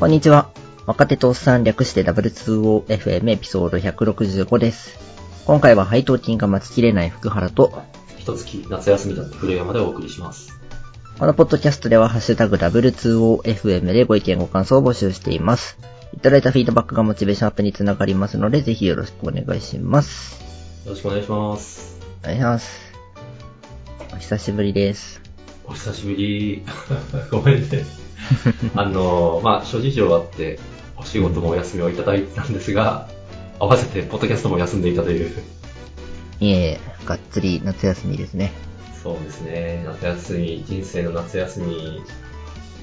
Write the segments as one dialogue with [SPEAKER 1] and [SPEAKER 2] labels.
[SPEAKER 1] こんにちは。若手とおっさん略して W2OFM エピソード165です。今回は配当金が待ちきれない福原と、
[SPEAKER 2] 一月夏休みだった古山でお送りします。
[SPEAKER 1] このポッドキャストではハッシュタグ W2OFM でご意見ご感想を募集しています。いただいたフィードバックがモチベーションアップにつながりますので、ぜひよろしくお願いします。
[SPEAKER 2] よろしくお願いします。
[SPEAKER 1] お願いします。お久しぶりです。
[SPEAKER 2] お久しぶり。 ごめん ね。あの、まあ、諸事情あって、お仕事もお休みをいただいたんですが、合わせてポッドキャストも休んでいたという。
[SPEAKER 1] いえ、がっつり夏休みですね。
[SPEAKER 2] そうですね。夏休み、人生の夏休み、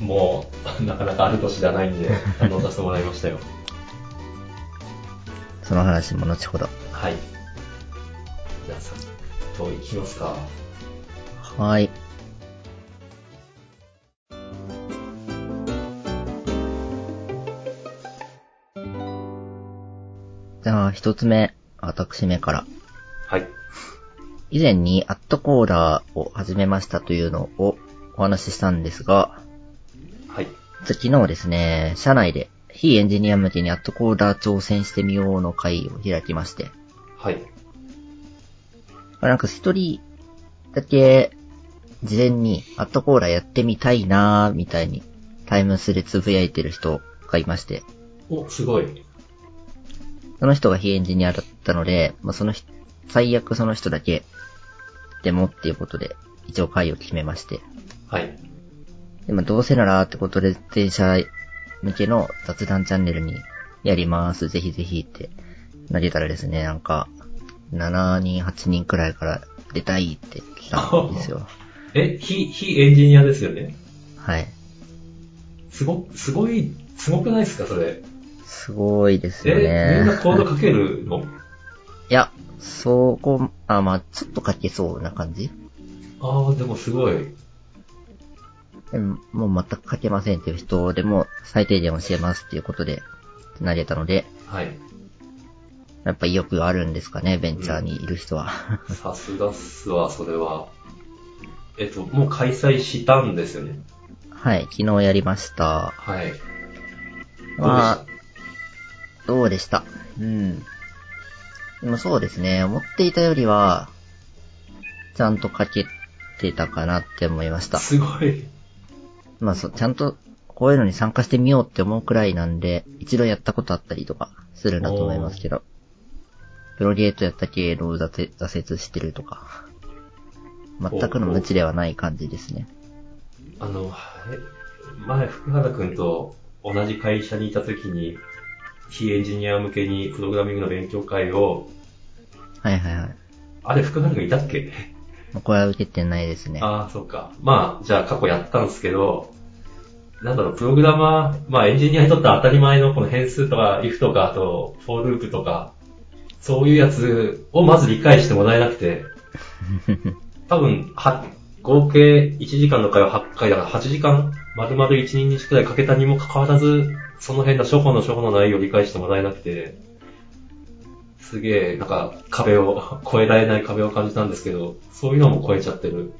[SPEAKER 2] も う、なかなかある年じゃないんで、堪能させてもらいましたよ。
[SPEAKER 1] その話も後ほど。
[SPEAKER 2] はい。じゃあ、さっといきますか。
[SPEAKER 1] はい。じゃあ、一つ目、私目から。
[SPEAKER 2] はい。
[SPEAKER 1] 以前にアットコーラーを始めましたというのをお話ししたんですが、
[SPEAKER 2] はい。
[SPEAKER 1] 昨日ですね、社内で非エンジニア向けにアットコーラー挑戦してみようの会を開きまして、
[SPEAKER 2] はい。
[SPEAKER 1] なんか一人だけ事前にアットコーラやってみたいなーみたいにタイムスでつぶやいてる人がいまして、
[SPEAKER 2] お、すごい。
[SPEAKER 1] その人が非エンジニアだったので、まあ、その人、最悪その人だけでもっていうことで、一応会を決めまして。
[SPEAKER 2] はい。
[SPEAKER 1] で、まあ、どうせならってことで、全社向けの雑談チャンネルにやります。ぜひぜひって投げたらですね、なんか、7人、8人くらいから出たいって来たんですよ。
[SPEAKER 2] え、非、非エンジニアですよね。
[SPEAKER 1] はい。
[SPEAKER 2] すご、すごい、すごくないですか、それ。
[SPEAKER 1] すごいです
[SPEAKER 2] え、
[SPEAKER 1] よね。
[SPEAKER 2] みんなコード書けるの
[SPEAKER 1] いや、そこ、あ、まあ、ちょっと書けそうな感じ
[SPEAKER 2] ああ、でもすごい。
[SPEAKER 1] でももう全く書けませんっていう人でも最低限教えますっていうことで投げたので、
[SPEAKER 2] はい。
[SPEAKER 1] やっぱ意欲があるんですかね、ベンチャーにいる人は。
[SPEAKER 2] さすがっすわ、それは。えっと、もう開催したんですよね。
[SPEAKER 1] はい、昨日やりました。
[SPEAKER 2] はい。どうでした
[SPEAKER 1] まあ、どうでしたうん。でもそうですね、思っていたよりは、ちゃんと書けてたかなって思いました。
[SPEAKER 2] すごい。
[SPEAKER 1] まあそう、ちゃんとこういうのに参加してみようって思うくらいなんで、一度やったことあったりとかするんだと思いますけど、プロゲートやったけど挫折挫折してるとか、全くの無知ではない感じですね。
[SPEAKER 2] あの、え前、福原くんと同じ会社にいたときに、非エンジニア向けにプログラミングの勉強会を、
[SPEAKER 1] はいはいはい。
[SPEAKER 2] あれ、福原くんいたっけ
[SPEAKER 1] まあこれは受けてないですね。
[SPEAKER 2] ああ、そっか。まあ、じゃあ過去やったんですけど、なんだろう、プログラマー、まあエンジニアにとっては当たり前のこの変数とか、if とか、あと、for loop とか、そういうやつをまず理解してもらえなく て、多分、は、合計1時間の会は8回だから8時間、丸々1日くらいかけたにもかかわらず、その辺の初歩の初歩の内容を理解してもらえなくて、すげえ、なんか壁を、越えられない壁を感じたんですけど、そういうのも超えちゃってる。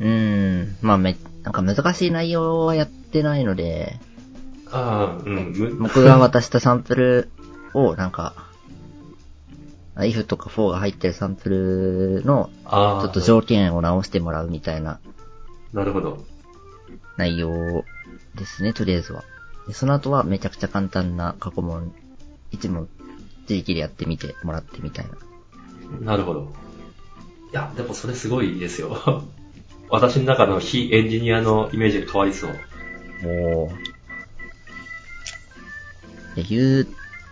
[SPEAKER 1] うーん。まあめ、なんか難しい内容はやってないので、
[SPEAKER 2] ああ、うん。む
[SPEAKER 1] 僕が渡したサンプルを、なんか、if とか for が入ってるサンプルの、
[SPEAKER 2] ああ、
[SPEAKER 1] ちょっと条件を直してもらうみたいな
[SPEAKER 2] なるほど。
[SPEAKER 1] 内容ですね、とりあえずは。でその後はめちゃくちゃ簡単な過去問、一問、自力でやってみてもらってみたいな。
[SPEAKER 2] なるほど。いや、でもそれすごいですよ。 私の中の非エンジニアのイメージが変わりそう。
[SPEAKER 1] おー。で、言う、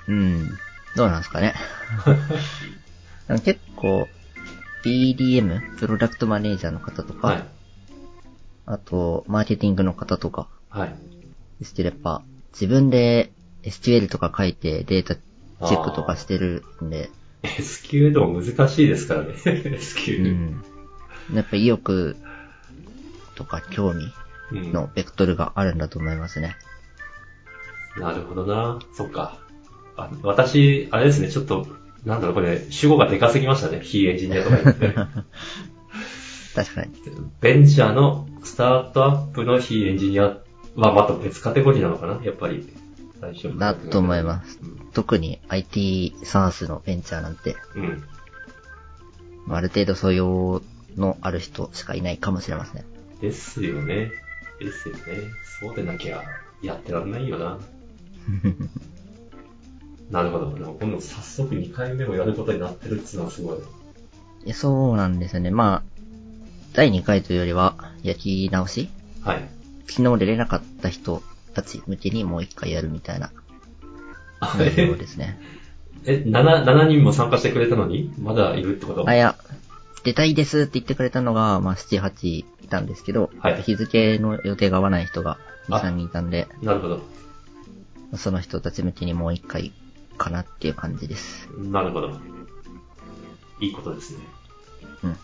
[SPEAKER 1] うん、どうなんですかね。なんか結構、PDM、プロダクトマネージャーの方とか、
[SPEAKER 2] はい。
[SPEAKER 1] あと、マーケティングの方とか
[SPEAKER 2] はい。
[SPEAKER 1] ですけど、やっぱ、自分で SQL とか書いてデータチェックとかしてるんで、
[SPEAKER 2] SQL でも難しいですからね。
[SPEAKER 1] う
[SPEAKER 2] SQL。
[SPEAKER 1] ん。やっぱ意欲とか興味
[SPEAKER 2] うん
[SPEAKER 1] のベクトルがあるんだと思いますね。
[SPEAKER 2] なるほどな。そっか。あ私、あれですね、ちょっと、なんだろう、これ、主語がでかすぎましたね。非エンジニアとか 言って。
[SPEAKER 1] 確かに。
[SPEAKER 2] ベンチャーのスタートアップの非エンジニアまあ、また別カテゴリーなのかなやっぱり。最初
[SPEAKER 1] だと思います。特に IT サースのベンチャーなんて、
[SPEAKER 2] うん。うん。
[SPEAKER 1] まあある程度素養のある人しかいないかもしれま せん。
[SPEAKER 2] ですよね。ですよね。そうでなきゃ、やってらんないよな。なるほど。でも今度早速2回目をやることになってるっていうのはすごい。
[SPEAKER 1] いやそうなんですよね。まあ、第2回というよりは、焼き直し
[SPEAKER 2] はい。
[SPEAKER 1] 昨日出れなかった人たち向けにもう1回やるみたいな
[SPEAKER 2] あ
[SPEAKER 1] 内容
[SPEAKER 2] れ
[SPEAKER 1] ですね。
[SPEAKER 2] え、7、7人も参加してくれたのにまだいるってこと
[SPEAKER 1] あ、いや、出たいですって言ってくれたのが、まあ、7、8いたんですけど、
[SPEAKER 2] はい
[SPEAKER 1] 日付の予定が合わない人が2、
[SPEAKER 2] あ
[SPEAKER 1] 3人いたんで、
[SPEAKER 2] なるほど。
[SPEAKER 1] その人たち向けにもう1回かなっていう感じです。
[SPEAKER 2] なるほど。いいことですね。
[SPEAKER 1] うん。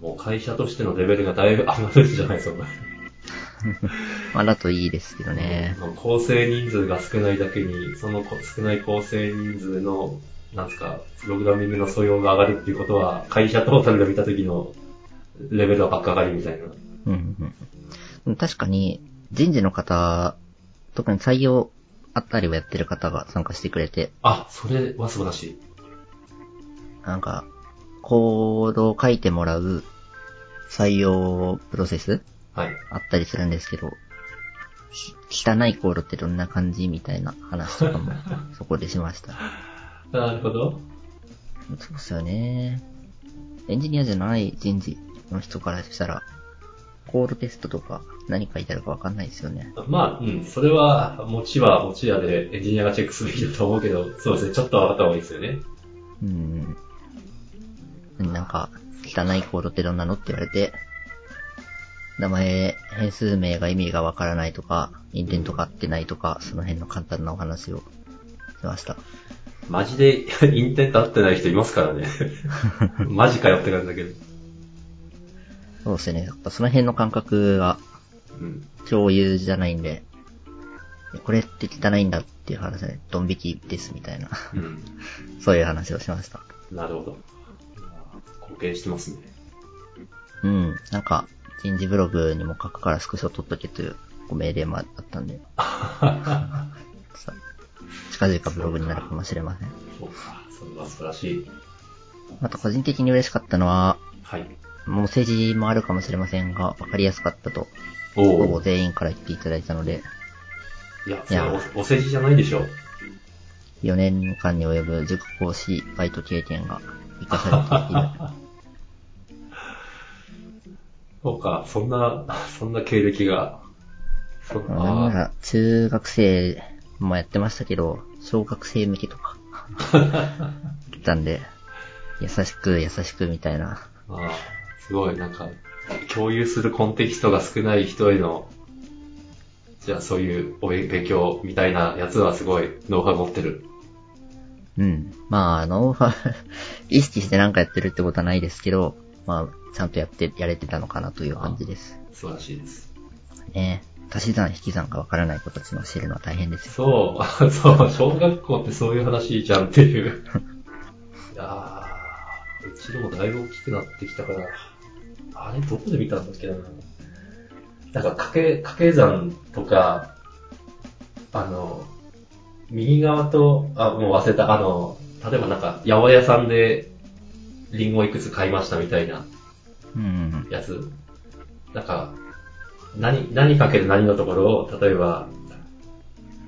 [SPEAKER 2] もう会社としてのレベルがだいぶ上がるんじゃないそんな。
[SPEAKER 1] まあ、だといいですけどね。
[SPEAKER 2] 構成人数が少ないだけに、その少ない構成人数の、なんですか、プログラミングの素養が上がるっていうことは、会社トータルで見た時のレベルは爆上がりみたいな。
[SPEAKER 1] うんうんうん、確かに、人事の方、特に採用あたりをやってる方が参加してくれて、
[SPEAKER 2] あ、それは素晴らしい。
[SPEAKER 1] なんか、コードを書いてもらう採用プロセス
[SPEAKER 2] はい。
[SPEAKER 1] あったりするんですけど、き汚いコードってどんな感じみたいな話とかもそこでしました。
[SPEAKER 2] なるほど。
[SPEAKER 1] そうっすよね。エンジニアじゃない人事の人からしたら、コードテストとか何書いてあるかわかんないですよね。
[SPEAKER 2] まあ、うん、それは、持ちは持ちやでエンジニアがチェックすべきだと思うけど、そうですね、ちょっと上がった方がいいですよね。
[SPEAKER 1] うん。なんか、汚いコードってどんなのって言われて、名前、変数名が意味がわからないとか、インデントが合ってないとか、その辺の簡単なお話をしました。
[SPEAKER 2] マジで、インテント合ってない人いますから ね。マジかよって感じだけど。
[SPEAKER 1] そうですね。やっぱその辺の感覚が
[SPEAKER 2] うん。
[SPEAKER 1] 共有じゃないんで、これって汚いんだっていう話で、ドン引きですみたいな、
[SPEAKER 2] うん。
[SPEAKER 1] そういう話をしました。
[SPEAKER 2] なるほど。貢献してますね。
[SPEAKER 1] うん。なんか、人事ブログにも書くからスクショ取っとけというご命令もあったんで、 さ近々ブログになるかもしれません。
[SPEAKER 2] そうか、それは素晴らしい。
[SPEAKER 1] あと個人的に嬉しかったのは、
[SPEAKER 2] はい。
[SPEAKER 1] もう政治もあるかもしれませんが、わかりやすかったと、ほ
[SPEAKER 2] お
[SPEAKER 1] ぼ
[SPEAKER 2] お。
[SPEAKER 1] 全員から言っていただいたので、
[SPEAKER 2] いや、
[SPEAKER 1] い
[SPEAKER 2] それ
[SPEAKER 1] や
[SPEAKER 2] はおお世辞じゃないでしょ。
[SPEAKER 1] 4年間に及ぶ塾講師バイト経験が生かされている。
[SPEAKER 2] そうか、そんな、 そんな経歴が。そ
[SPEAKER 1] まあなんな
[SPEAKER 2] あ
[SPEAKER 1] ら、中学生もやってましたけど、小学生向けとか、来たんで、優しく優しくみたいな。
[SPEAKER 2] ーあー、すごい、なんか、共有するコンテキストが少ない人への、じゃあそういうお勉勉強みたいなやつはすごいノウハウ持ってる。
[SPEAKER 1] うん。まあ、ノウハウ、 意識してなんかやってるってことはないですけど、まあ、ちゃんとやって、やれてたのかなという感じです。
[SPEAKER 2] 素晴らしいです。
[SPEAKER 1] ね足し算引き算がわからない子たちの知るのは大変ですよ。
[SPEAKER 2] そう、そう、 小学校ってそういう話じゃんっていう。 いやー、うちのもだいぶ大きくなってきたから、あれどこで見たんだっけな。なんか掛け、掛け算とか、あの、右側と、あ、もう忘れた、あの、例えばなんか、八百屋さんで、リンゴいくつ買いましたみたいな
[SPEAKER 1] うん。
[SPEAKER 2] やつ。なんか、何、何かける何のところを、例えば、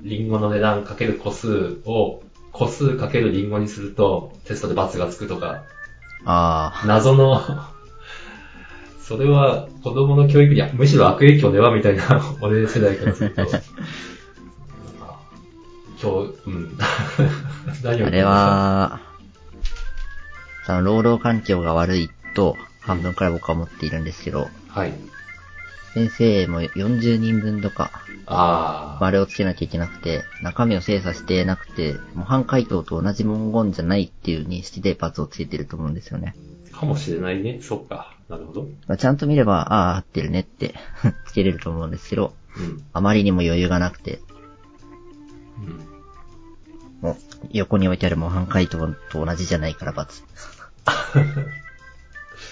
[SPEAKER 2] リンゴの値段かける個数を、個数かけるリンゴにすると、テストで×がつくとか、
[SPEAKER 1] あ
[SPEAKER 2] 謎の、それは子供の教育に、むしろ悪影響ではみたいな、俺世代からすると。なんか今日、うん。 何
[SPEAKER 1] あ、
[SPEAKER 2] を言ってるんですか
[SPEAKER 1] あれ、は、その労働環境が悪いと、半分くらい僕は思っているんですけど、
[SPEAKER 2] はい。
[SPEAKER 1] 先生も40人分とか、
[SPEAKER 2] ああ、
[SPEAKER 1] 丸をつけなきゃいけなくて、中身を精査してなくて、模範解答と同じ文言じゃないっていう認識で罰をつけてると思うんですよね。
[SPEAKER 2] かもしれないね。そっか。なるほど。
[SPEAKER 1] まあちゃんと見れば、ああ、合ってるねって つけれると思うんですけど、
[SPEAKER 2] うん。
[SPEAKER 1] あまりにも余裕がなくて、
[SPEAKER 2] うん
[SPEAKER 1] もう横に置いてある模範解答と同じじゃないから罰。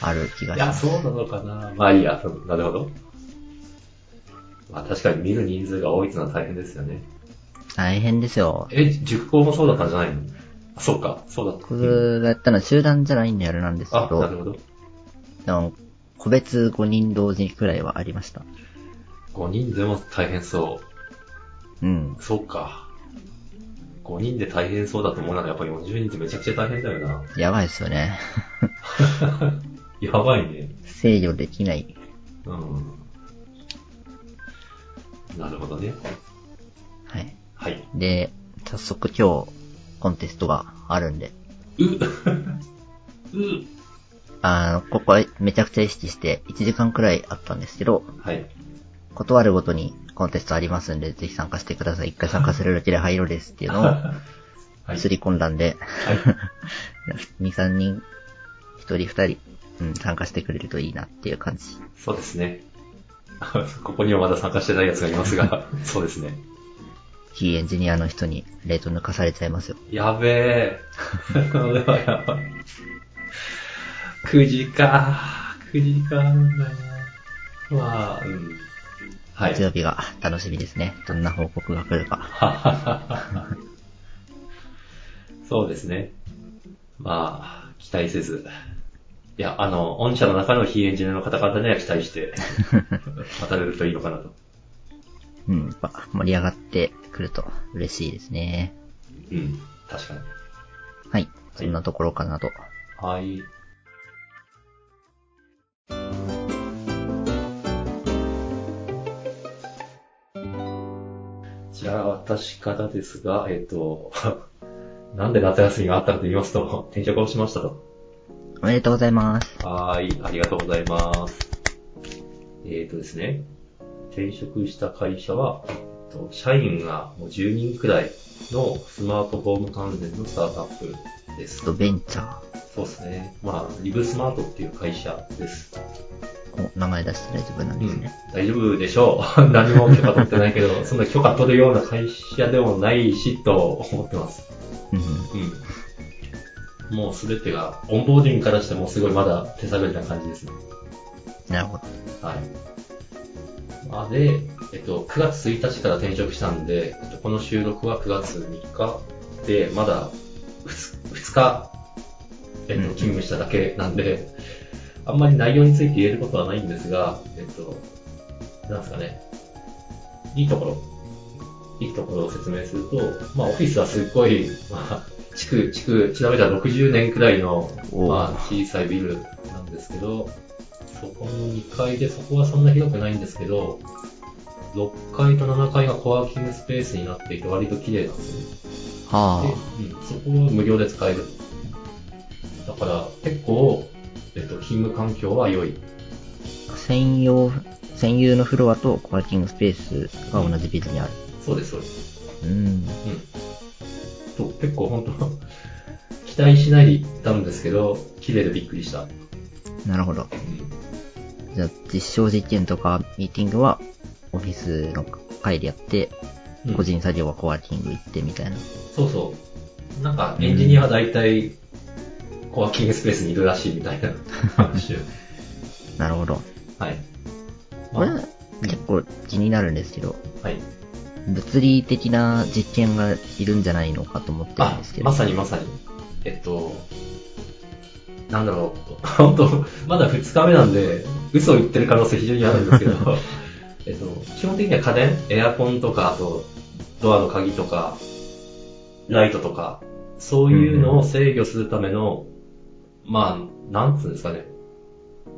[SPEAKER 1] ある気が
[SPEAKER 2] い
[SPEAKER 1] しま
[SPEAKER 2] や、
[SPEAKER 1] す。
[SPEAKER 2] そうなのかな。まあいいや、なるほど。まあ確かに見る人数が多いってのは大変ですよね。
[SPEAKER 1] 大変ですよ。
[SPEAKER 2] え、塾校もそうだったんじゃないのあそうか、そうだった。
[SPEAKER 1] 僕がやったのは集団じゃないんであれなんですけ
[SPEAKER 2] あ、なる
[SPEAKER 1] ど、
[SPEAKER 2] ほど。
[SPEAKER 1] でも個別5人同時くらいはありました。
[SPEAKER 2] 5人でも大変そ
[SPEAKER 1] うん。
[SPEAKER 2] う。そうか。5人で大変そうだと思うならやっぱ40人ってめちゃくちゃ大変だよな。
[SPEAKER 1] やばいですよね。
[SPEAKER 2] やばいね。
[SPEAKER 1] 制御できない。
[SPEAKER 2] うん。なるほどね。
[SPEAKER 1] はい。
[SPEAKER 2] はい。
[SPEAKER 1] で、早速今日、コンテストがあるんで、
[SPEAKER 2] う、う、
[SPEAKER 1] あの、ここはめちゃくちゃ意識して1時間くらいあったんですけど、
[SPEAKER 2] はい。
[SPEAKER 1] 断るごとにコンテストありますんで、ぜひ参加してください。一回参加するだけで入ろうですっていう のを、
[SPEAKER 2] はい。
[SPEAKER 1] すり込んだんで、
[SPEAKER 2] はい。
[SPEAKER 1] 2、3人、1人2人、うん、参加してくれるといいなっていう感じ。
[SPEAKER 2] そうですね。 ここにはまだ参加してない奴がいます が、そうですね。
[SPEAKER 1] 非エンジニアの人にレート抜かされちゃいますよ。
[SPEAKER 2] やべえ。これはやばい。9時か。9時間だな。まあ、うん。はい。
[SPEAKER 1] 月曜日が楽しみですね。どんな報告が来るか。
[SPEAKER 2] そうですね。まあ、期待せず。いや、あの、御社の中の非エンジニアの方々には期待して、語れるといいのかなと。
[SPEAKER 1] うん、やっぱ盛り上がってくると嬉しいですね。
[SPEAKER 2] うん、確かに。
[SPEAKER 1] はい。そんなところかなと。
[SPEAKER 2] はい。じゃあ、私からですが、えっと、 なんで夏休みがあったかと言いますと、 転職をしましたと。
[SPEAKER 1] おめでとうございます。
[SPEAKER 2] はーい、ありがとうございます。えっ、とですね、転職した会社は、えっと社員がもう10人くらいのスマートフォーム関連のスタートアップです。
[SPEAKER 1] と、ベンチャ
[SPEAKER 2] そうですね。まあ、リブスマートっていう会社です。
[SPEAKER 1] ー。お、名前出して大丈夫なんですね。
[SPEAKER 2] 大丈夫でしょう。 何も許可取ってないけど、そんな許可取るような会社でもないし、と思ってます。
[SPEAKER 1] うん。
[SPEAKER 2] うん。もうすべてが、オンボーディングからしてもすごいまだ手探りな感じですね。
[SPEAKER 1] なるほど。
[SPEAKER 2] はい。まあ、で、えっと、9月1日から転職したんで、えっと、この収録は9月3日で、まだ 2, 日、えっと、
[SPEAKER 1] うん
[SPEAKER 2] 勤務しただけなんで、あんまり内容について言えることはないんですが、えっと、なんですかね、いいところ、いいところを説明すると、まあ、オフィスはすっごい、まあ、地区、地区、調べたら60年くらいの、
[SPEAKER 1] おう
[SPEAKER 2] まあ、小さいビルなんですけど、そこの2階で、そこはそんな広くないんですけど、6階と7階がコワーキングスペースになっていて、割と綺麗なんですね。で
[SPEAKER 1] は
[SPEAKER 2] うん、そこは無料で使える。だから、結構、えっと、勤務環境は良い。
[SPEAKER 1] あ。専用、専用のフロアとコワーキングスペースが同じビルにある。
[SPEAKER 2] そうです、そうです。
[SPEAKER 1] うん。
[SPEAKER 2] うん。そう、結構本当期待しないで行ったんですけど、綺麗でびっくりした。うん。
[SPEAKER 1] なるほど。じゃあ、実証実験とか、ミーティングは、オフィスの会でやって、
[SPEAKER 2] うん
[SPEAKER 1] 個人作業はコワーキング行ってみたいな。
[SPEAKER 2] そうそう。なんか、エンジニアは大体、コワーキングスペースにいるらしいみたいな 話を。
[SPEAKER 1] なるほど。
[SPEAKER 2] はい。
[SPEAKER 1] これ
[SPEAKER 2] ま、
[SPEAKER 1] 結構気になるんですけど、
[SPEAKER 2] あ、はい。
[SPEAKER 1] 物理的な実験がいるんじゃないのかと思ってるん
[SPEAKER 2] あ
[SPEAKER 1] ですけ、ど。
[SPEAKER 2] まさにまさに。えっと、なんだろう。 本当まだ2日目なんで、嘘を言ってる可能性非常にある んですけど、えっと、基本的には家電、エアコンとか、あと、ドアの鍵とか、ライトとか、そういうのを制御するための、まあ、なんつうんですかね。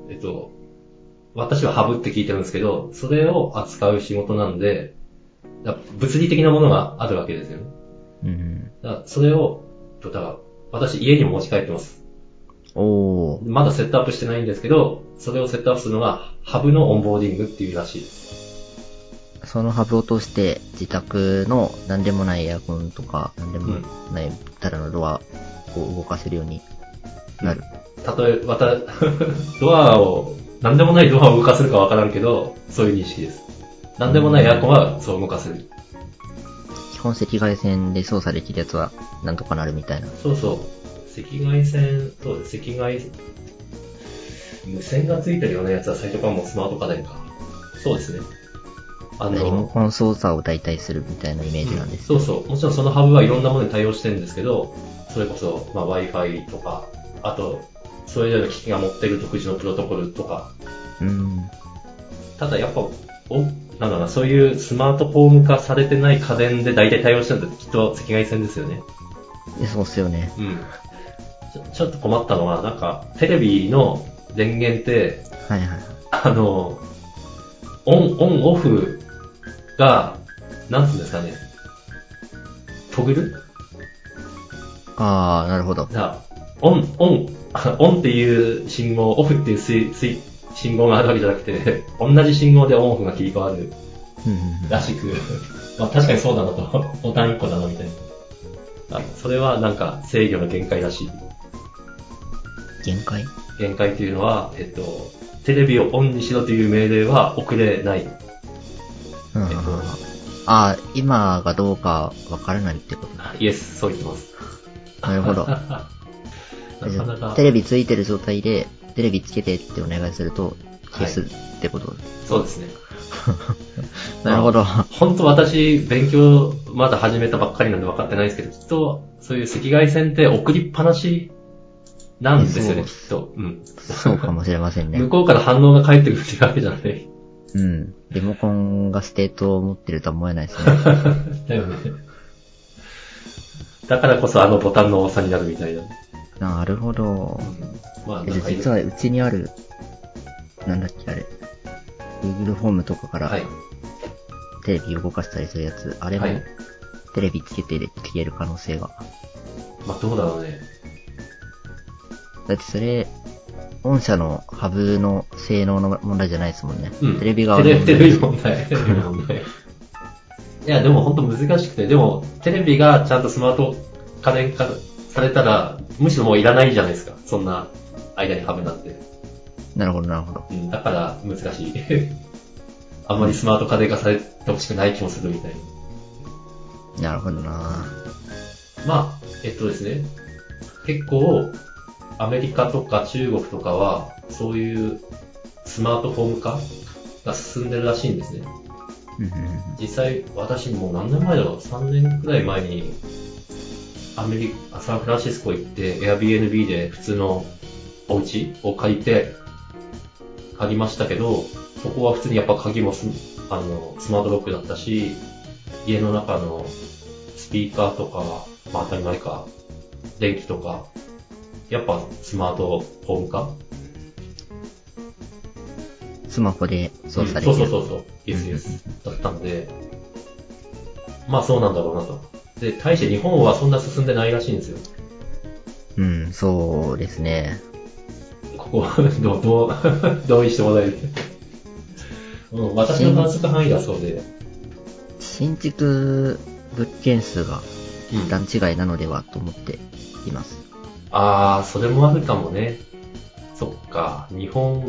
[SPEAKER 2] えっと、私はハブって聞いてるんですけど、それを扱う仕事なんで、だから物理的なものがあるわけですよね。
[SPEAKER 1] うん。
[SPEAKER 2] だからそれを、とだから私家にも持ち帰ってます。
[SPEAKER 1] おー。
[SPEAKER 2] まだセットアップしてないんですけど、それをセットアップするのが、ハブのオンボーディングっていうらしいです。
[SPEAKER 1] そのハブを通して、自宅の何でもないエアコンとか、何でもないただのドアを動かせるようになる。
[SPEAKER 2] たとえ、また、 ドアを、なんでもないドアを動かせるかわからんけど、そういう認識です。なんでもないエアコンはそう動かせる。
[SPEAKER 1] 基本赤外線で操作できるやつは、なんとかなるみたいな。
[SPEAKER 2] そうそう。赤外線、そうです。赤外、無線がついてるようなやつは最初からもうスマート家電か。そうですね。あ
[SPEAKER 1] リモ
[SPEAKER 2] の、
[SPEAKER 1] コン操作を代替するみたいなイメージなんです。
[SPEAKER 2] そうそう。もちろんそのハブはいろんなものに対応してるんですけど、それこそ、まあ、Wi-Fi とか、あと、それぞれの機器が持ってる独自のプロトコルとか、
[SPEAKER 1] うん。
[SPEAKER 2] ただやっぱ、おなんだろうな、そういうスマートフォーム化されてない家電で大体対応してるのってきっと赤外線ですよね。
[SPEAKER 1] いやそうっすよね。
[SPEAKER 2] うん。ちょちょっと困ったのは、なんか、テレビの電源って、
[SPEAKER 1] はいはい。
[SPEAKER 2] あの、オン、オン、オフが、なんつうんですかね、トグル
[SPEAKER 1] ああ、なるほど。
[SPEAKER 2] なオン、オン、 オンっていう信号、オフっていうスイスイ信号があるわけじゃなくて、 同じ信号でオンオフが切り替わる
[SPEAKER 1] うんうんうん
[SPEAKER 2] らしく、 まあ確かにそうだなと、 ボタン1個だなみたいな。あそれはなんか制御の限界らしい。
[SPEAKER 1] 限界
[SPEAKER 2] 限界というのは、えっと、テレビをオンにしろという命令は送れない。
[SPEAKER 1] うんうんうん。ああ、今がどうかわからないってこと。
[SPEAKER 2] あイエス、そう言ってます。
[SPEAKER 1] なるほど。
[SPEAKER 2] なかなか
[SPEAKER 1] テ、レビついてる状態で、テレビつけてってお願いすると、消すってこと、
[SPEAKER 2] そうですね。
[SPEAKER 1] なるほど。
[SPEAKER 2] 本当私、勉強まだ始めたばっかりなんで分かってないですけど、きっと、そういう赤外線って送りっぱなしなんですよね、
[SPEAKER 1] そう
[SPEAKER 2] きっと。うん。
[SPEAKER 1] そうかもしれませ んね
[SPEAKER 2] 向。こうから反応が返ってくるってわけじゃない。
[SPEAKER 1] うん。リモコンがステートを持ってるとは思えないです ね。
[SPEAKER 2] だよね。だからこそあのボタンの多さになるみたいな。
[SPEAKER 1] なるほど。
[SPEAKER 2] まあ、
[SPEAKER 1] え
[SPEAKER 2] な
[SPEAKER 1] じゃ
[SPEAKER 2] ん
[SPEAKER 1] あ
[SPEAKER 2] かいろい
[SPEAKER 1] 実
[SPEAKER 2] ろ
[SPEAKER 1] はうちにある、なんだっけあれ、Google ホームとかから
[SPEAKER 2] はい。
[SPEAKER 1] テレビ動かしたりするやつ、あれも
[SPEAKER 2] はい
[SPEAKER 1] テレビつけて消える可能性が。
[SPEAKER 2] まあ、どうだろうね。
[SPEAKER 1] だってそれ、御社のハブの性能の問題じゃないですもんね。
[SPEAKER 2] うん。
[SPEAKER 1] テレビ側の
[SPEAKER 2] テ
[SPEAKER 1] 問
[SPEAKER 2] レ
[SPEAKER 1] 題
[SPEAKER 2] テレビ問題。テレビ問題。いや、でも本当難しくて、でも、テレビがちゃんとスマート家電化されたら、むしろもういらないじゃないですか。そんな間にハブなんて。
[SPEAKER 1] なるほど、なるほど。
[SPEAKER 2] うん、だから難しい。 あんまりスマート家電化されてほしくない気もするみたいな。
[SPEAKER 1] なるほどな
[SPEAKER 2] まあ、えっとですね、結構、アメリカとか中国とかは、そういうスマートフォーム化が進んでるらしいんですね。
[SPEAKER 1] うんうんうん
[SPEAKER 2] 実際、私もう何年前だろう ?3 年くらい前に、アメリカ、サンフランシスコ行って、Airbnb で普通のお家を借りて、借りましたけど、そこは普通にやっぱ鍵もスあのスマートロックだったし、家の中のスピーカーとか、まあ当たり前か、電気とか、やっぱスマートフォン化
[SPEAKER 1] スマホで操作できる。
[SPEAKER 2] うんそうそうそうそう、イエスイエスだったんで、まあそうなんだろうなと。で、対して日本はそんな進んでないらしいんですよ。
[SPEAKER 1] うん、そうですね。
[SPEAKER 2] ここ、どう、どう、同意してもらえる。うん、私の観測範囲だそうで。
[SPEAKER 1] 新築物件数が
[SPEAKER 2] うん
[SPEAKER 1] 段違いなのではと思っています。
[SPEAKER 2] あー、それもあるかもね。そっか、日本、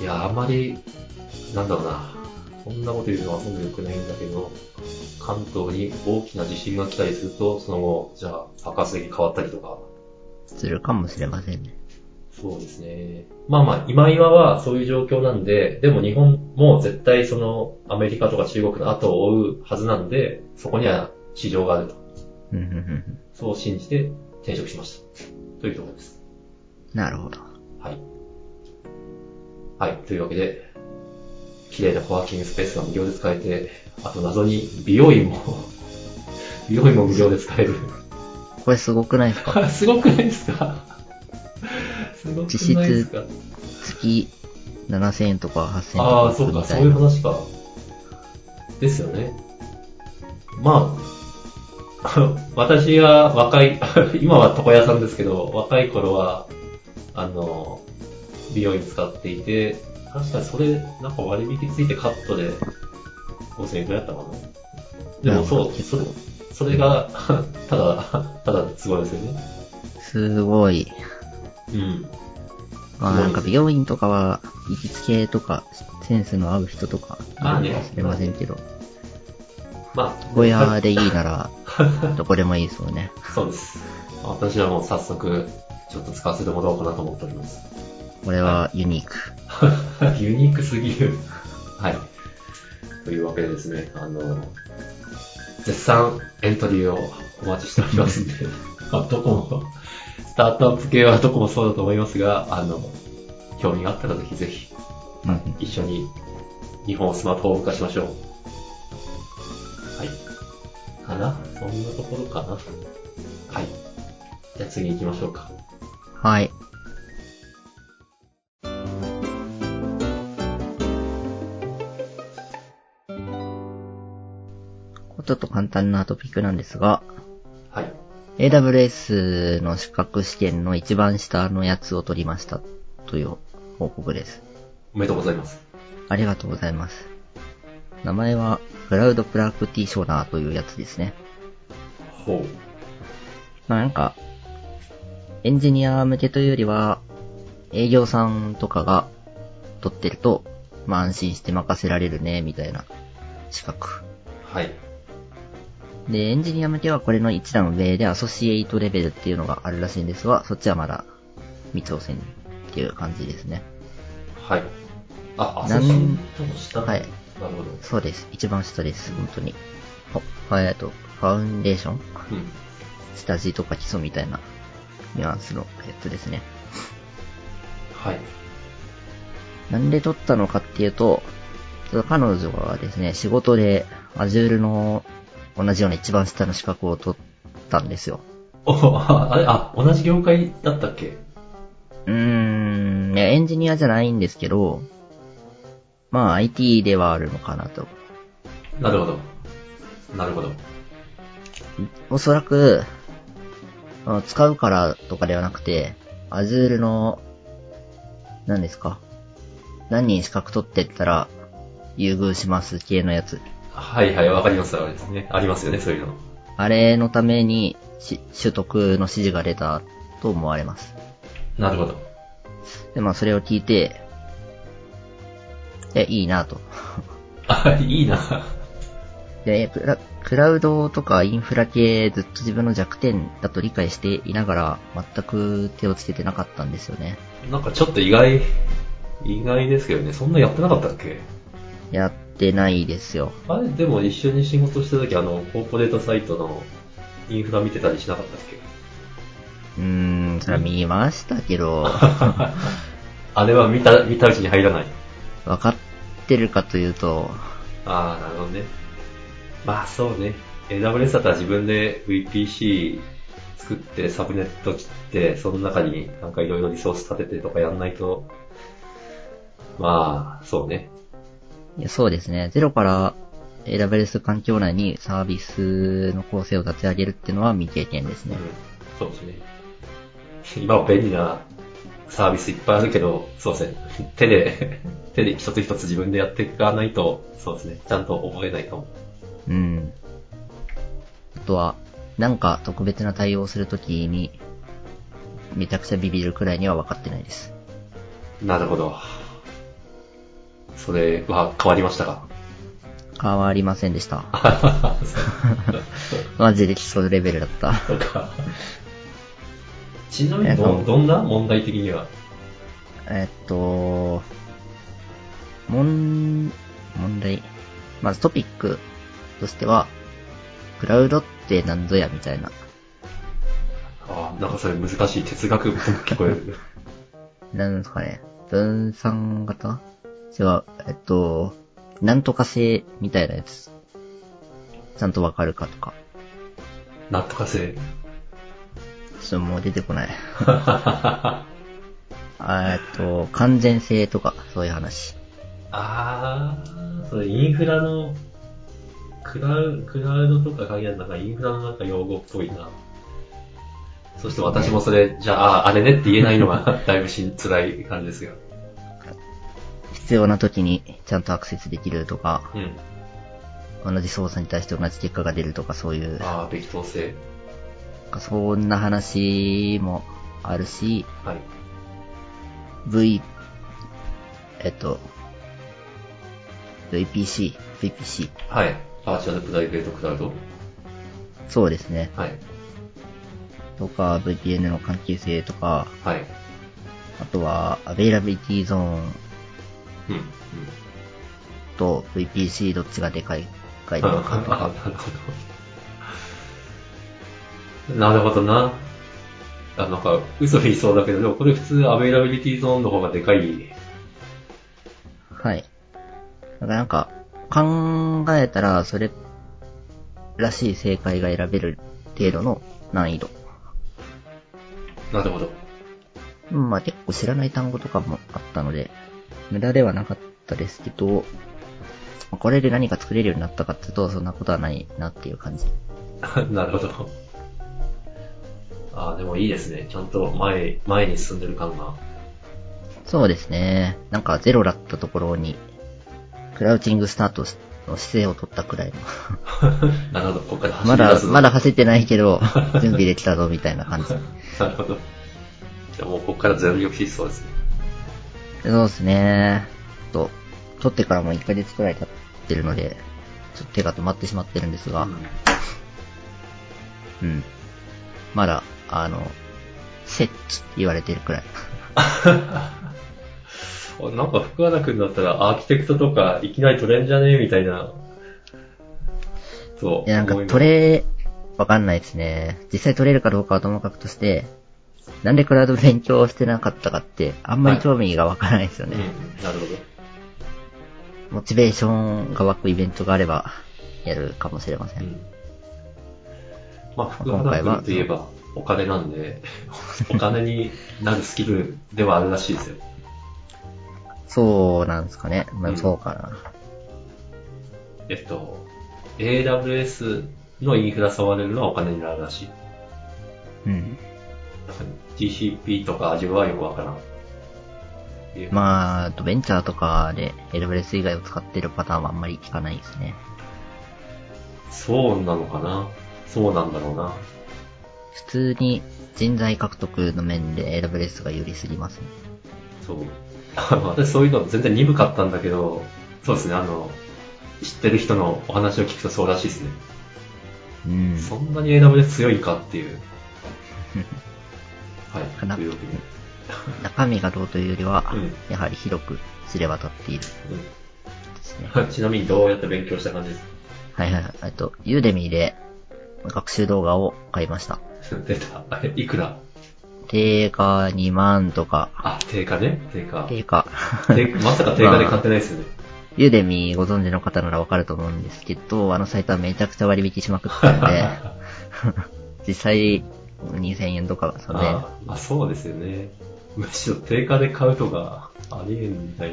[SPEAKER 2] いや、あまり、なんだろうな。こんなこと言うのは本当に良くないんだけど、関東に大きな地震が来たりすると、その後、じゃあ、高杉変わったりとか、
[SPEAKER 1] するかもしれませんね。
[SPEAKER 2] そうですね。まあまあ、今今はそういう状況なんで、でも日本も絶対そのアメリカとか中国の後を追うはずなんで、そこには市場があると。
[SPEAKER 1] うんうんうんうん
[SPEAKER 2] そう信じて転職しました。というところです。
[SPEAKER 1] なるほど。
[SPEAKER 2] はい。はい。というわけで、綺麗なコワーキングスペースが無料で使えて、あと謎に美容院も、 美容院も無料で使える。
[SPEAKER 1] これすごくないですか
[SPEAKER 2] すごくないですかすごくないですか
[SPEAKER 1] 月7000円とか8000円と
[SPEAKER 2] ああ、
[SPEAKER 1] かす
[SPEAKER 2] そ
[SPEAKER 1] る
[SPEAKER 2] うか、
[SPEAKER 1] み
[SPEAKER 2] そ
[SPEAKER 1] た
[SPEAKER 2] う
[SPEAKER 1] い
[SPEAKER 2] いう
[SPEAKER 1] な。
[SPEAKER 2] 話か。ですよね。まあ、 私は若い、 今は床屋さんですけど、若い頃は、あの、美容院使っていて、確かにそれ、なんか割引ついてカットで5000円くらいだったかな。でも
[SPEAKER 1] なる
[SPEAKER 2] そ
[SPEAKER 1] ほど
[SPEAKER 2] う、それ、それが、 ただ、ただすごいですよね。
[SPEAKER 1] すごい。
[SPEAKER 2] うん。
[SPEAKER 1] まあ
[SPEAKER 2] すごい
[SPEAKER 1] なんか美容院とかは、行きつけとか、センスの合う人とか、
[SPEAKER 2] まあ
[SPEAKER 1] い
[SPEAKER 2] ね
[SPEAKER 1] るかもしれませんけど、
[SPEAKER 2] まあ、
[SPEAKER 1] 小屋でいいな ら、どこでもいいですよね。
[SPEAKER 2] そうです。私はもう早速、ちょっと使わせてもらおうかなと思っております。
[SPEAKER 1] これはユニーク。
[SPEAKER 2] ユニークすぎる。はい。というわけでですね、あの、絶賛エントリーをお待ちしておりますんで、ま あ、どこも、スタートアップ系はどこもそうだと思いますが、あの、興味があったらぜひぜひ、
[SPEAKER 1] うん。
[SPEAKER 2] 一緒に日本をスマートフォーム化しましょう。はい。かなそんなところかなはい。じゃあ次行きましょうか。
[SPEAKER 1] はい。ちょっと簡単なトピックなんですが、
[SPEAKER 2] はい。
[SPEAKER 1] AWS の資格試験の一番下のやつを取りましたという報告です。
[SPEAKER 2] おめでとうございます。
[SPEAKER 1] ありがとうございます。名前は、クラウドプラクティショナーというやつですね。
[SPEAKER 2] ほ
[SPEAKER 1] まあなんか、エンジニア向けというよりは、営業さんとかが取ってると、まあ安心して任せられるね、みたいな資格。
[SPEAKER 2] う。はい。
[SPEAKER 1] で、エンジニア向けはこれの一段上でアソシエイトレベルっていうのがあるらしいんですが、そっちはまだ未挑戦っていう感じですね。
[SPEAKER 2] はい。あ、あ
[SPEAKER 1] な
[SPEAKER 2] そ
[SPEAKER 1] ん
[SPEAKER 2] しとも下。
[SPEAKER 1] はい。
[SPEAKER 2] なるほど。
[SPEAKER 1] そうです。一番下です、本当に。ほえっと、ファウンデーション
[SPEAKER 2] うん。
[SPEAKER 1] 下地とか基礎みたいなニュアンスのやつですね。
[SPEAKER 2] はい。
[SPEAKER 1] なんで撮ったのかっていうと、ちょっと彼女はですね、仕事で Azure の同じような一番下の資格を取ったんですよ。
[SPEAKER 2] おああれ、あ、同じ業界だったっけ
[SPEAKER 1] うーん、いやエンジニアじゃないんですけど、まあ IT ではあるのかなと。
[SPEAKER 2] なるほど。なるほど。
[SPEAKER 1] おそらく、あの使うからとかではなくて、Azure の、何ですか何人資格取ってったら、優遇します系のやつ。
[SPEAKER 2] はいはい、わかります、わかりますね。ありますよね、そういうの。
[SPEAKER 1] あれのためにし、取得の指示が出たと思われます。
[SPEAKER 2] なるほど。
[SPEAKER 1] で、まあ、それを聞いて、で、いいなと。
[SPEAKER 2] あ、いいな。
[SPEAKER 1] で、クラクラウドとかインフラ系ずっと自分の弱点だと理解していながら、全く手をつけてなかったんですよね。
[SPEAKER 2] なんかちょっと意外、意外ですけどね、そんなやってなかったっけ
[SPEAKER 1] やってないですよ。
[SPEAKER 2] あれ、でも一緒に仕事してた時、あの、コーポレートサイトのインフラ見てたりしなかったっけ
[SPEAKER 1] うーん、それは見ましたけど、
[SPEAKER 2] あれは見た、見たうちに入らない。
[SPEAKER 1] わかってるかというと、
[SPEAKER 2] ああ、なるほどね。まあそうね。AWS だったら自分で VPC 作って、サブネット切って、その中になんかいろいろリソース立ててとかやんないと、まあ、そうね。
[SPEAKER 1] いやそうですね。ゼロから AWS 環境内にサービスの構成を立ち上げるっていうのは未経験です
[SPEAKER 2] うん
[SPEAKER 1] ね。。
[SPEAKER 2] そうですね。今は便利なサービスいっぱいあるけど、そうですね。手 で、手で一つ一つ自分でやっていかないと、そうですね。ちゃんと覚えないかも。
[SPEAKER 1] うん。あとは、なんか特別な対応をするときに、めちゃくちゃビビるくらいには分かってないです。
[SPEAKER 2] なるほど。それは変わりましたか
[SPEAKER 1] 変わりませんでした。 マジで基礎レベルだった。
[SPEAKER 2] とか。 ちなみ
[SPEAKER 1] え
[SPEAKER 2] に
[SPEAKER 1] っ
[SPEAKER 2] ど、
[SPEAKER 1] と
[SPEAKER 2] どんな問題的には。
[SPEAKER 1] えっと、問、問題。まずトピックとしては、クラウドって何ぞやみたいな。
[SPEAKER 2] ああ、なんかそれ難しい哲学っぽく聞こえ る。
[SPEAKER 1] なんですかね。分散型違う、えっと、なんとか性みたいなやつ。ちゃんとわかるかとか。
[SPEAKER 2] なんとか性。
[SPEAKER 1] ちょっともう出てこない。
[SPEAKER 2] あ
[SPEAKER 1] あえっと、完全性とか、そういう話。
[SPEAKER 2] あー、それインフラの、クラウクラウドとか鍵なんかインフラのなんか用語っぽいな。そして私もそれ、じゃあ、ああれねって言えないのが、 だいぶしん辛い感じですが。
[SPEAKER 1] 必要な時にちゃんとアクセスできるとか、
[SPEAKER 2] うん。
[SPEAKER 1] 同じ操作に対して同じ結果が出るとか、そういう、
[SPEAKER 2] ああ、適当性。
[SPEAKER 1] そんな話もあるし、
[SPEAKER 2] はい。
[SPEAKER 1] V、えっと、VPC、VPC。
[SPEAKER 2] はい。バーチャルプライベートクラウド。
[SPEAKER 1] そうですね。
[SPEAKER 2] はい。
[SPEAKER 1] とか、VPN の関係性とか、
[SPEAKER 2] はい。
[SPEAKER 1] あとは、アベイラビリティゾーン
[SPEAKER 2] うん。うん。
[SPEAKER 1] と VPC どっちがでかいかいのかと
[SPEAKER 2] あ
[SPEAKER 1] か、
[SPEAKER 2] あなるほど。なるほどな。あなんか、嘘言いそうだけど、でもこれ普通アベイラビリティゾーンの方がでかい。
[SPEAKER 1] はい。だからなんか、考えたら、それらしい正解が選べる程度の難易度。
[SPEAKER 2] なるほど。
[SPEAKER 1] うんまあ結構知らない単語とかもあったので、無駄ではなかったですけど、これで何か作れるようになったかっていうと、そんなことはないなっていう感じ。
[SPEAKER 2] なるほど。ああ、でもいいですね。ちゃんと前、前に進んでる 感が。
[SPEAKER 1] そうですね。なんかゼロだったところに、クラウチングスタートの姿勢を取ったくらいの。
[SPEAKER 2] なるほど。ここから走
[SPEAKER 1] ま
[SPEAKER 2] り出
[SPEAKER 1] だ、
[SPEAKER 2] すぞ
[SPEAKER 1] まだ走ってないけど、準備できたぞみたいな感じ。
[SPEAKER 2] なるほど。じゃあもうここから全力疾走ですね。
[SPEAKER 1] そうですね。ちょっと、取ってからもう1ヶ月くらい経ってるので、ちょっと手が止まってしまってるんですが、うん。まだ、あの、セッチって言われてるくらい。
[SPEAKER 2] うんなんか福原くんだったらアーキテクトとかいきなり取れんじゃねえみたいな。そう。
[SPEAKER 1] いや、なんか
[SPEAKER 2] 思います
[SPEAKER 1] 取れ、わかんないですね。実際取れるかどうかはともかくとして、なんでクラウド勉強してなかったかって、あんまり興味がわからないですよ
[SPEAKER 2] う
[SPEAKER 1] ね。
[SPEAKER 2] ん、なるほど。
[SPEAKER 1] モチベーションが湧くイベントがあれば、やるかもしれません。
[SPEAKER 2] まあ、福原君といえばお金な んで、お金になるスキルではあるらしいですよ。
[SPEAKER 1] そうなんですかね。ま
[SPEAKER 2] う
[SPEAKER 1] あ、
[SPEAKER 2] ん
[SPEAKER 1] そうかな。
[SPEAKER 2] えっと、AWS のインフラ触れるのはお金になるらしい。
[SPEAKER 1] うん。
[SPEAKER 2] GCP とか Azure はよくわからん。あ、
[SPEAKER 1] まあ、アドベンチャーとかで AWS 以外を使ってるパターンはあんまり聞かないですね。
[SPEAKER 2] そうなのかなそうなんだろうな。
[SPEAKER 1] 普通に人材獲得の面で AWS が有利すぎますね。
[SPEAKER 2] そう。 私そういうの全然鈍かったんだけど、そうですね、あの、知ってる人のお話を聞くとそうらしいですね。
[SPEAKER 1] うん。
[SPEAKER 2] そんなに AWS 強いかっていう。はい。
[SPEAKER 1] かな
[SPEAKER 2] というわけで
[SPEAKER 1] 中身がどうというよりは、
[SPEAKER 2] うん
[SPEAKER 1] やはり広く知れ渡っているですね。
[SPEAKER 2] うん ちなみにどうやって勉強した感じ です
[SPEAKER 1] はいはいはい。えっと、ユーデミーで学習動画を買いました。
[SPEAKER 2] か出た。 あれ、いくら
[SPEAKER 1] 定価2万とか、
[SPEAKER 2] あ、定価ね。定価。
[SPEAKER 1] 定価。
[SPEAKER 2] 定価まさか定価で買ってないですよね。
[SPEAKER 1] ユーデミーご存知の方ならわかると思うんですけど、あのサイトはめちゃくちゃ割引しまくったので、 実際2000円とかだったので、
[SPEAKER 2] あまあそうですよね。むしろ定価で買うとか、ありえんみたい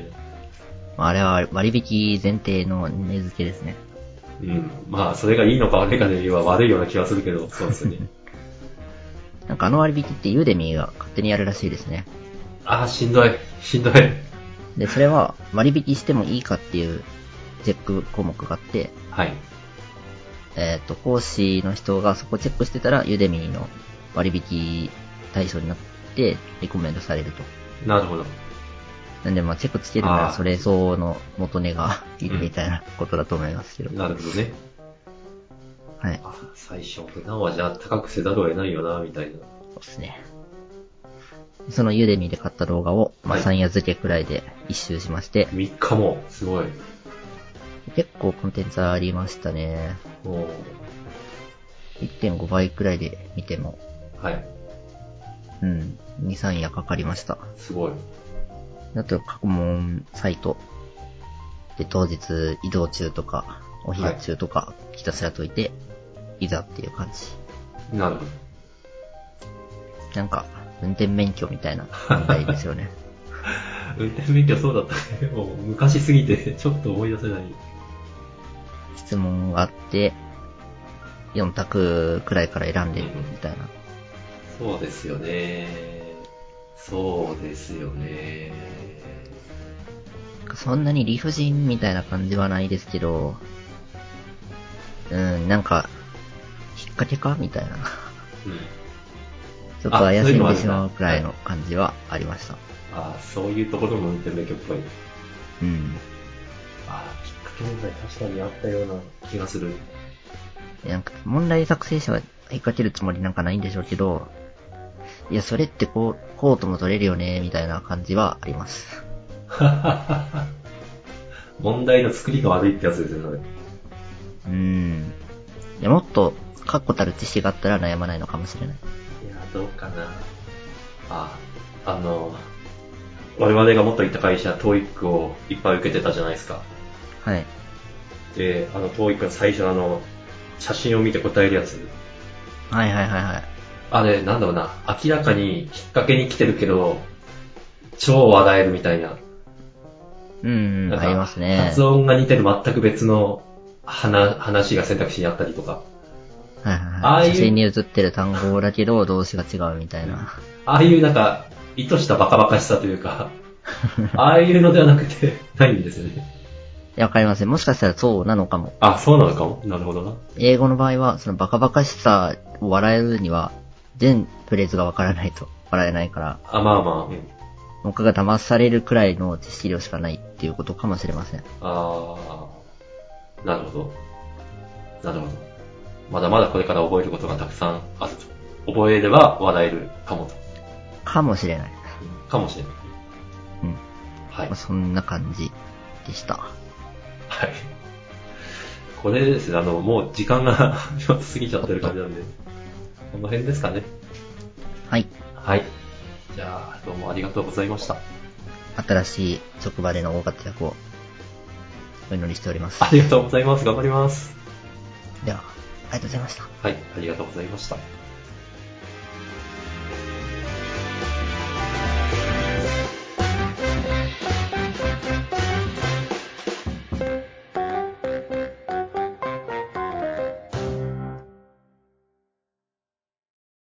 [SPEAKER 2] な。
[SPEAKER 1] あれは割引前提の値付けですね。
[SPEAKER 2] うん。まあ、それがいいのか悪いかで言えば悪いような気はするけど、そうですよね。
[SPEAKER 1] なんかあの割引ってユーデミーが勝手にやるらしいですね。
[SPEAKER 2] あー、しんどい。しんどい。
[SPEAKER 1] で、それは割引してもいいかっていうチェック項目があって、
[SPEAKER 2] はい。
[SPEAKER 1] えっ、と、講師の人がそこチェックしてたら、ユーデミーの割引対象になって、リコメントされると。
[SPEAKER 2] なるほど。
[SPEAKER 1] なんで、まあ、チェックつけるな
[SPEAKER 2] あ
[SPEAKER 1] ら、
[SPEAKER 2] ー
[SPEAKER 1] それ相応の元値がい
[SPEAKER 2] うん
[SPEAKER 1] るみたいなことだと思いますけど。
[SPEAKER 2] なるほどね。
[SPEAKER 1] はい。
[SPEAKER 2] あ最初、普段はじゃあ高くせざるを得ないよな、みたいな。
[SPEAKER 1] そうですね。そのユーデミーで買った動画を、まあ、
[SPEAKER 2] はい
[SPEAKER 1] 3夜漬けくらいで一周しまして、
[SPEAKER 2] 3日も、すごい。
[SPEAKER 1] 結構コンテンツありましたね。
[SPEAKER 2] も
[SPEAKER 1] 1.5倍くらいで見ても、
[SPEAKER 2] う、はい。
[SPEAKER 1] うん、2、3夜かかりました。
[SPEAKER 2] すごい。
[SPEAKER 1] あと、過去問サイト。で、当日移動中とか、お昼中とか、ひたすら解いて、いざっていう感じ。
[SPEAKER 2] なるほ
[SPEAKER 1] なんか、運転免許みたいな問題ですよね。
[SPEAKER 2] ど。運転免許そうだったね。もう昔すぎて、 ちょっと思い出せない。
[SPEAKER 1] 質問があって、4択くらいから選んで、みたいな。
[SPEAKER 2] そうですよね。そうですよね。
[SPEAKER 1] そんなに理不尽みたいな感じはないですけど、うん、なんか、引っ掛けかみたいな。
[SPEAKER 2] うん。
[SPEAKER 1] ちょっと怪しんでしまうくらいの感じはありました。
[SPEAKER 2] ああ、そういうところも運転免許っぽい。
[SPEAKER 1] うん。
[SPEAKER 2] ああ、きっかけ問題確かにあったような気がする。
[SPEAKER 1] なんか問題作成者は引っ掛けるつもりなんかないんでしょうけど、いや、それってこう、こうとも取れるよね、みたいな感じはあります。
[SPEAKER 2] 問題の作りが悪いってやつですよね。
[SPEAKER 1] うん。いや、もっと、確固たる知識があったら悩まないのかもしれない。
[SPEAKER 2] いや、どうかな。あ、あの、我々が元いた会社、トーイックをいっぱい受けてたじゃないですか。
[SPEAKER 1] はい。
[SPEAKER 2] で、あの、トーイックの最初のあの、写真を見て答えるやつ。
[SPEAKER 1] はいはいはいはい。
[SPEAKER 2] あれ、なんだろうな、明らかに引っ掛けに来てるけど、超笑えるみたいな。
[SPEAKER 1] うん、う、
[SPEAKER 2] なんんか
[SPEAKER 1] ありますね。
[SPEAKER 2] 発音が似てる全く別の話話が選択肢にあったりとか。
[SPEAKER 1] はいはい
[SPEAKER 2] ああ
[SPEAKER 1] はいい。
[SPEAKER 2] う
[SPEAKER 1] 写真に写ってる単語だけど、動詞が違うみたいな。
[SPEAKER 2] ああいうなんか、意図したバカバカしさという か、ああいうのではなくて、ないんですよね。
[SPEAKER 1] いや、わかりません。もしかしたらそうなのかも。
[SPEAKER 2] あ、そうなのかも。なるほどな。
[SPEAKER 1] 英語の場合は、そのバカバカしさを笑えるには、全フレーズがわからないと笑えないから、
[SPEAKER 2] あ、まあまあ。うん、
[SPEAKER 1] 僕が騙されるくらいの知識量しかないっていうことかもしれません。
[SPEAKER 2] ああ、なるほど。なるほど。まだまだこれから覚えることがたくさんあると。覚えれば笑えるかもと。
[SPEAKER 1] かもしれない。
[SPEAKER 2] かもしれない。
[SPEAKER 1] うん。
[SPEAKER 2] はい
[SPEAKER 1] まあ、。そんな感じでした。
[SPEAKER 2] はい。 これですね、あの、もう時間が 過ぎちゃってる感じなんで、この辺ですかね。
[SPEAKER 1] はい。
[SPEAKER 2] はい。じゃあ、どうもありがとうございました。
[SPEAKER 1] 新しい職場での大活躍をお祈りしております
[SPEAKER 2] あ。りがとうございます。頑張ります。
[SPEAKER 1] では、ありがとうございました。
[SPEAKER 2] はい、ありがとうございました。